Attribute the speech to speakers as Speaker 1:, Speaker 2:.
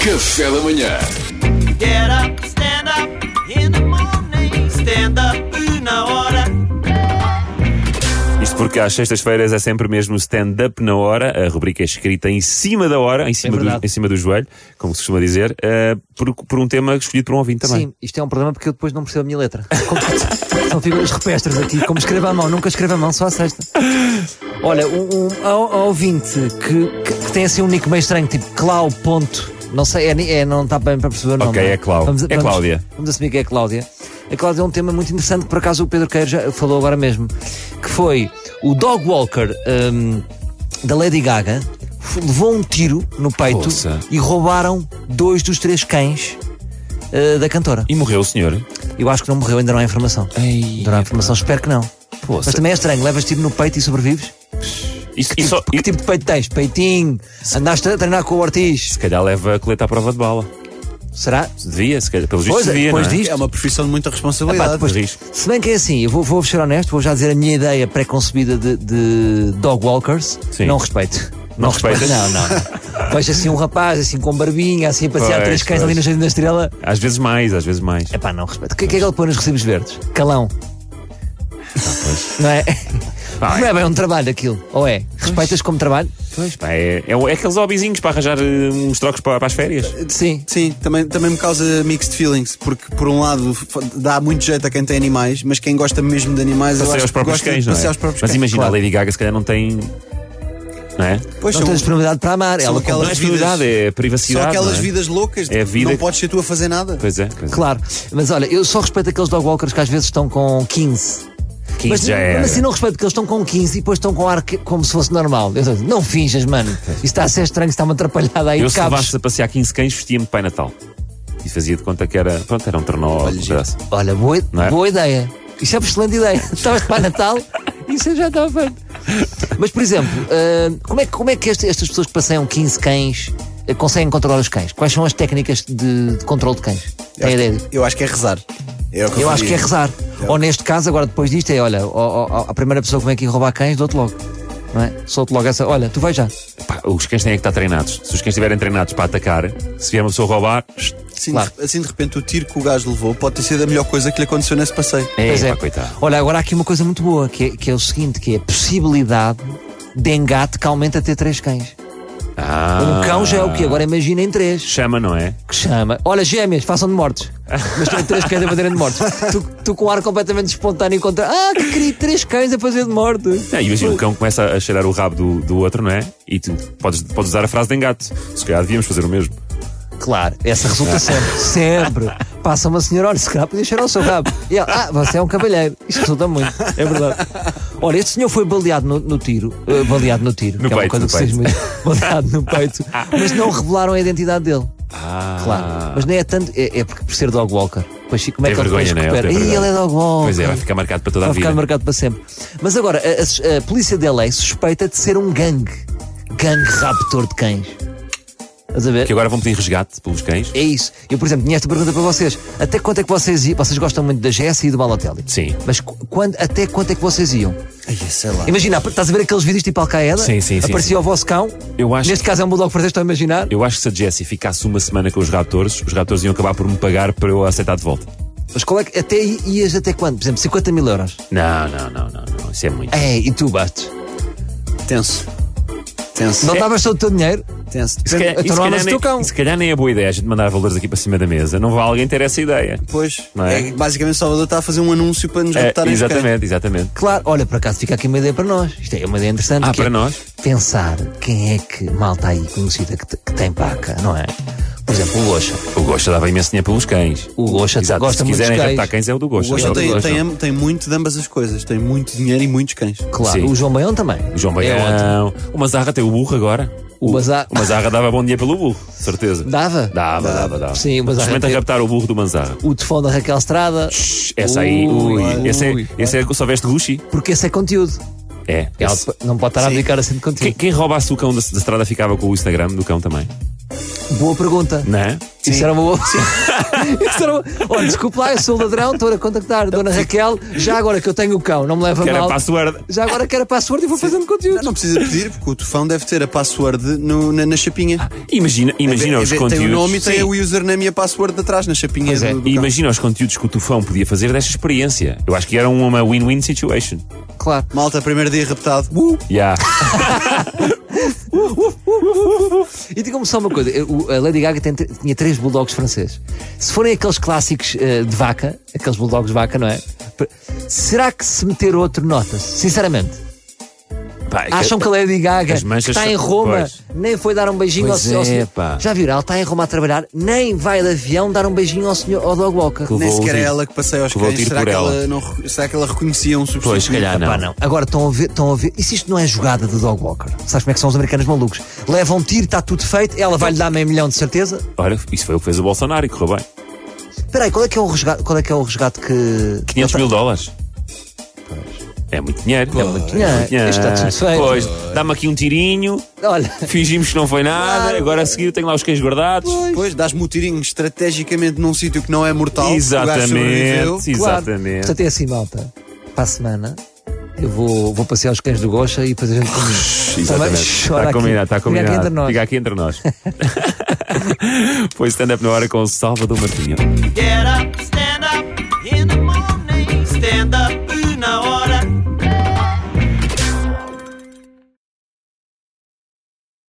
Speaker 1: Café da manhã.
Speaker 2: Get up, stand up in the morning. Stand up na hora.
Speaker 3: Isto porque às sextas-feiras é sempre mesmo stand-up na hora, a rubrica é escrita em cima da hora, em cima, do,
Speaker 4: verdade.
Speaker 3: em cima do joelho, como se costuma dizer, eh, por, por um tema escolhido por um ouvinte também.
Speaker 4: Sim, isto é um problema porque eu depois não percebo a minha letra. Como- São figuras rupestres aqui, como escrevo à mão, nunca escrevo à mão, só à sexta. Olha, um, um- há um- há um ouvinte que, que- que tem assim um nick meio estranho, tipo Clau. Ponto, não sei, é, ni- é- não está bem para perceber o nome.
Speaker 3: Ok,
Speaker 4: não
Speaker 3: é Clau. É Cláudia.
Speaker 4: Vamos assumir que é Cláudia. A Cláudia é um tema muito interessante, que por acaso o Pedro Queiro já falou agora mesmo, que foi o Dog Walker hum, da Lady Gaga f- levou um tiro no peito
Speaker 3: Poça.
Speaker 4: e roubaram dois dos três cães eh, da cantora.
Speaker 3: E morreu o senhor.
Speaker 4: Eu acho que não morreu, ainda não há informação.
Speaker 3: Ei,
Speaker 4: ainda não há informação, espero que não.
Speaker 3: Poça.
Speaker 4: Mas também é estranho, levas tiro no peito e sobrevives?
Speaker 3: E, e só,
Speaker 4: Que
Speaker 3: e,
Speaker 4: tipo de peito tens? Peitinho? Andaste a treinar com o Ortiz?
Speaker 3: se calhar leva a coleta à prova de bala.
Speaker 4: Será?
Speaker 3: Devia, se calhar, pelos
Speaker 4: Pois
Speaker 3: vistos
Speaker 4: é,
Speaker 3: devia,
Speaker 4: depois
Speaker 3: não é?
Speaker 4: disto-
Speaker 5: É uma profissão de muita
Speaker 4: Pá,
Speaker 5: responsabilidade.
Speaker 4: depois-
Speaker 3: risco.
Speaker 4: se bem que é assim, eu vou, vou ser honesto, vou já dizer a minha ideia pré-concebida de, de dog walkers.
Speaker 3: Sim.
Speaker 4: Não respeito.
Speaker 3: Não respeitas?
Speaker 4: Não, não. não. Vejo assim um rapaz, assim com barbinha, assim a passear
Speaker 3: Pois,
Speaker 4: três cães ali
Speaker 3: pois.
Speaker 4: no Jardim da Estrela.
Speaker 3: Às vezes mais, às vezes mais.
Speaker 4: É pá, não respeito. O que, que é que ele põe nos recibos verdes? Calão.
Speaker 3: Ah,
Speaker 4: Não é?
Speaker 3: Pá,
Speaker 4: Não
Speaker 3: é,
Speaker 4: é bem um trabalho aquilo. Ou é? Respeitas como trabalho?
Speaker 3: pá, é, é, é aqueles hobbyzinhos para arranjar eh, uns trocos para, para as férias.
Speaker 4: Sim.
Speaker 5: Sim, também, também me causa mixed feelings, porque por um lado f- dá muito jeito a quem tem animais, mas quem gosta mesmo de animais eu
Speaker 3: Passear
Speaker 5: acho
Speaker 3: aos
Speaker 5: que
Speaker 3: próprios
Speaker 5: gosta de
Speaker 3: cães, não é?
Speaker 5: passear aos próprios
Speaker 3: Mas
Speaker 5: cães,
Speaker 3: imagina,
Speaker 5: claro.
Speaker 3: a Lady Gaga se calhar não tem. Não é?
Speaker 5: Pois
Speaker 4: Não
Speaker 5: são,
Speaker 4: tens disponibilidade para amar.
Speaker 5: são
Speaker 4: Ela
Speaker 5: aquelas
Speaker 3: Não é disponibilidade, é privacidade.
Speaker 5: são aquelas
Speaker 3: não é?
Speaker 5: vidas loucas,
Speaker 3: É a vida
Speaker 5: não
Speaker 3: que-
Speaker 5: podes ser tu a fazer nada.
Speaker 3: Pois é, pois é.
Speaker 4: Claro, mas olha, eu só respeito aqueles dog walkers que às vezes estão com 15.
Speaker 3: 15
Speaker 4: mas,
Speaker 3: já é.
Speaker 4: mas assim não respeito que eles estão com 15 e depois estão com ar que- como se fosse normal. Eu digo, não finjas, mano. Isto está a ser estranho, está uma atrapalhada aí
Speaker 3: Eu
Speaker 4: de
Speaker 3: se
Speaker 4: cabos.
Speaker 3: levasse a passear 15 cães, vestia-me de Pai Natal. E fazia de conta que era. Pronto, era um trenó. ou algo
Speaker 5: giro.
Speaker 3: desse.
Speaker 4: Olha, boa,
Speaker 3: Não é?
Speaker 4: boa ideia. Isso é uma excelente ideia. Estavas para Natal, isso eu já estava feito. Mas, por exemplo, ah, como é, que- como é que este- estas pessoas que passeiam 15 cães ah, conseguem controlar os cães? Quais são as técnicas de, de controle de cães?
Speaker 5: Eu
Speaker 4: Tem
Speaker 5: acho-
Speaker 4: ideia disso?
Speaker 5: Eu acho que é rezar. É o
Speaker 4: Eu acho que é
Speaker 5: faria.
Speaker 4: rezar. Ou neste caso, agora depois disto, é olha, ó, ó, ó, a primeira pessoa que vem aqui roubar cães, dou-te logo. Não é? Solto logo essa, olha, tu vais já.
Speaker 3: Pá, os cães têm é que estar treinados. Se os cães estiverem treinados para atacar, se vier uma pessoa roubar.
Speaker 5: Assim,
Speaker 4: Claro.
Speaker 5: de, assim de repente o tiro que o gajo levou pode ter sido a melhor coisa que lhe aconteceu nesse passeio.
Speaker 3: É,
Speaker 4: Pois
Speaker 3: pá, coitado.
Speaker 4: Olha, agora há aqui uma coisa muito boa, que é, que é o seguinte, que é a possibilidade de engate que aumenta até três cães.
Speaker 3: Ah,
Speaker 4: Um cão já é o quê? Agora imaginem três.
Speaker 3: Chama, não é?
Speaker 4: Que chama. Olha, gêmeas, façam de mortos. Mas tem três cães a fazerem de mortos. Tu, tu com ar completamente espontâneo contra. Ah, que querido, três cães a fazer de mortos.
Speaker 3: Não, e imagina, o cão começa a cheirar o rabo do, do outro, não é? E tu podes, podes usar a frase de engato. Se calhar devíamos fazer o mesmo.
Speaker 4: Claro, essa resulta sempre. Sempre. Passa uma senhora, olha, se calhar podia cheirar o seu rabo. E ela, ah, você é um cavalheiro. Isso resulta muito, é verdade. Olha, este senhor foi baleado no, no tiro. eh, baleado no tiro,
Speaker 3: No
Speaker 4: que é uma
Speaker 3: peito,
Speaker 4: coisa
Speaker 3: no
Speaker 4: que se diz muito. Baleado no peito. Mas não revelaram a identidade dele.
Speaker 3: Ah,
Speaker 4: Claro. Mas nem é tanto. É, é porque por ser dog walker. Pois sim, como é
Speaker 3: Tem
Speaker 4: que ele depois
Speaker 3: vergonha, né? Ele
Speaker 4: recupera?
Speaker 3: tem
Speaker 4: Ih, ele
Speaker 3: vergonha.
Speaker 4: é dog walker.
Speaker 3: Pois é, vai ficar marcado para toda a
Speaker 4: Vai
Speaker 3: vida.
Speaker 4: ficar marcado para sempre. Mas agora, a, a- a polícia de LA suspeita de ser um gangue. Gangue raptor de cães. Estás a ver?
Speaker 3: Que agora vão pedir resgate pelos cães.
Speaker 4: É isso. Eu, por exemplo, tinha esta pergunta para vocês. Até quanto é que vocês iam? Vocês gostam muito da Jessie e do Balotelli?
Speaker 3: Sim.
Speaker 4: Mas qu- quando, até quanto é que vocês iam?
Speaker 5: Ai, sei lá.
Speaker 4: Imagina, ap- estás a ver aqueles vídeos tipo Al-Qaeda?
Speaker 3: Sim, sim, sim,
Speaker 4: Aparecia
Speaker 3: sim.
Speaker 4: o vosso cão.
Speaker 3: Eu acho
Speaker 4: Neste caso é um bulldog francês, estou a imaginar.
Speaker 3: Eu acho que se a Jessie ficasse uma semana com os raptores, os raptores iam acabar por me pagar para eu aceitar de volta.
Speaker 4: Mas qual é que, até i- ias até quando? Por exemplo, 50 mil euros.
Speaker 3: Não, não, não, não, não. Isso é muito.
Speaker 4: É, e tu, Bastos?
Speaker 5: Tenso. Tenso.
Speaker 4: Não davas todo o teu dinheiro?
Speaker 5: Tenso.
Speaker 3: E se calhar,
Speaker 4: Então
Speaker 3: e se
Speaker 4: não
Speaker 3: calhar
Speaker 4: amas o teu
Speaker 3: nem,
Speaker 4: cão.
Speaker 3: e se calhar nem é boa ideia a gente mandar valores aqui para cima da mesa. Não vai alguém ter essa ideia.
Speaker 5: Pois,
Speaker 3: Não é?
Speaker 5: é? que basicamente Salvador está a fazer um anúncio para nos
Speaker 3: É,
Speaker 5: raptarem os cães.
Speaker 3: exatamente, exatamente.
Speaker 4: Claro, olha, por acaso fica aqui uma ideia para nós. Isto é uma ideia interessante.
Speaker 3: Ah,
Speaker 4: que é
Speaker 3: para nós?
Speaker 4: Pensar quem é que malta aí conhecida que, te- que tem paca, não é? Por exemplo, o Gosha.
Speaker 3: O Gosta dava imenso dinheiro pelos cães.
Speaker 4: O Gosha
Speaker 3: Exato,
Speaker 4: gosta
Speaker 3: se
Speaker 4: muito dos
Speaker 3: quiserem
Speaker 4: cães.
Speaker 3: raptar cães é o do
Speaker 5: O
Speaker 3: Gosta.
Speaker 5: Gosto
Speaker 3: é
Speaker 5: tem,
Speaker 3: do Gosta.
Speaker 5: tem, tem muito de ambas as coisas. Tem muito dinheiro e muitos cães.
Speaker 4: Claro,
Speaker 3: Sim.
Speaker 4: o João Baião também.
Speaker 3: O João
Speaker 4: É ótimo.
Speaker 3: Baião. o Mazarra tem o burro agora.
Speaker 4: O Mazarra-
Speaker 3: o Mazarra dava bom dinheiro pelo burro, de certeza.
Speaker 4: Dava?
Speaker 3: Dava, dava, dava.
Speaker 4: Sim, o Mazarra
Speaker 3: Experimenta
Speaker 4: tem-
Speaker 3: raptar o burro do Mazarra.
Speaker 4: O telefone da Raquel Estrada,
Speaker 3: Essa aí,
Speaker 4: Ui,
Speaker 3: ui, esse é,
Speaker 4: ui.
Speaker 3: esse é que só veste Gucci.
Speaker 4: porque esse é conteúdo.
Speaker 3: É.
Speaker 4: Ela
Speaker 3: esse-
Speaker 4: p- não pode estar a abdicar assim de
Speaker 3: Quem,
Speaker 4: conteúdo.
Speaker 3: quem roubasse o cão da, da estrada ficava com o Instagram do cão também.
Speaker 4: Boa pergunta.
Speaker 3: Não é?
Speaker 4: Isso era uma boa. Isso era uma... Olha, desculpe lá, eu sou ladrão, estou a contactar a Dona Raquel. Já agora que eu tenho o cão, não me leva
Speaker 3: Que era
Speaker 4: mal.
Speaker 3: password.
Speaker 4: Já agora quero a password e vou fazendo conteúdo.
Speaker 5: Não, não precisa pedir, porque o tufão deve ter a password no- na, na chapinha. É
Speaker 3: Imagina, imagina
Speaker 5: Tem-
Speaker 3: os
Speaker 5: tem
Speaker 3: conteúdos.
Speaker 5: o nome e tem
Speaker 3: Sim.
Speaker 5: o username e a password atrás, na chapinha
Speaker 4: Pois é,
Speaker 5: do, do
Speaker 3: E
Speaker 5: cão.
Speaker 3: imagina os conteúdos que o Tufão podia fazer desta experiência. Eu acho que era uma win-win situation.
Speaker 4: Claro.
Speaker 5: Malta, primeiro dia raptado. Uh,
Speaker 3: Yeah.
Speaker 4: E digam-me só uma coisa: eu- o- a Lady Gaga tem tre- tinha três bulldogs franceses. Se forem aqueles clássicos eh, de vaca, aqueles bulldogs de vaca, não é? P- Será que se meter outro, nota-se? Sinceramente.
Speaker 3: Pá, é que-
Speaker 4: Acham que a Lady Gaga
Speaker 3: As manchas
Speaker 4: está em
Speaker 3: são-
Speaker 4: Roma,
Speaker 3: pois.
Speaker 4: nem foi dar um beijinho
Speaker 3: Pois
Speaker 4: ao
Speaker 3: é,
Speaker 4: senhor.
Speaker 3: pá.
Speaker 4: Já viram? Ela está em Roma a trabalhar, nem vai de avião dar um beijinho ao senhor ao dog walker.
Speaker 3: Que
Speaker 5: nem
Speaker 3: vou
Speaker 5: sequer é
Speaker 3: ouvir.
Speaker 5: ela que passei aos
Speaker 3: Que vou
Speaker 5: cães.
Speaker 3: ouvir
Speaker 5: Será
Speaker 3: por
Speaker 5: que ela.
Speaker 3: ela.
Speaker 5: não, re- será que ela reconhecia um substituto?
Speaker 3: Pois, se calhar não.
Speaker 4: Pá, não. Agora estão a ver, estão a ver. Isto não é jogada do dog walker. Sabes como é que são os americanos malucos? Levam um tiro, está tudo feito, ela vai lhe dar meio milhão de certeza.
Speaker 3: Olha, isso foi o que fez o Bolsonaro e correu bem.
Speaker 4: Espera aí, qual é que é o resgate, qual é que é o resgate que
Speaker 3: 500 mil dólares. É muito dinheiro. É muito
Speaker 4: dinheiro. Isto está tudo feito.
Speaker 3: Pois, dá-me aqui um tirinho,
Speaker 4: tá- Olha,
Speaker 3: fingimos que não foi nada,
Speaker 4: Claro.
Speaker 3: agora a seguir tenho lá os cães guardados.
Speaker 5: Pois, dás-me o tirinho estrategicamente num sítio que não é mortal. O gajo sobreviveu.
Speaker 3: Exatamente,
Speaker 4: claro.
Speaker 3: exatamente.
Speaker 4: Portanto é assim, malta. Para a semana eu vou, vou passear os cães do Gocha e depois a gente combina.
Speaker 3: Exatamente. Está Tá combinado, está combinado.
Speaker 4: Fica aqui entre nós.
Speaker 3: Fica aqui entre nós. Foi stand-up na hora com o Salvador Martinho.
Speaker 2: Get up, stand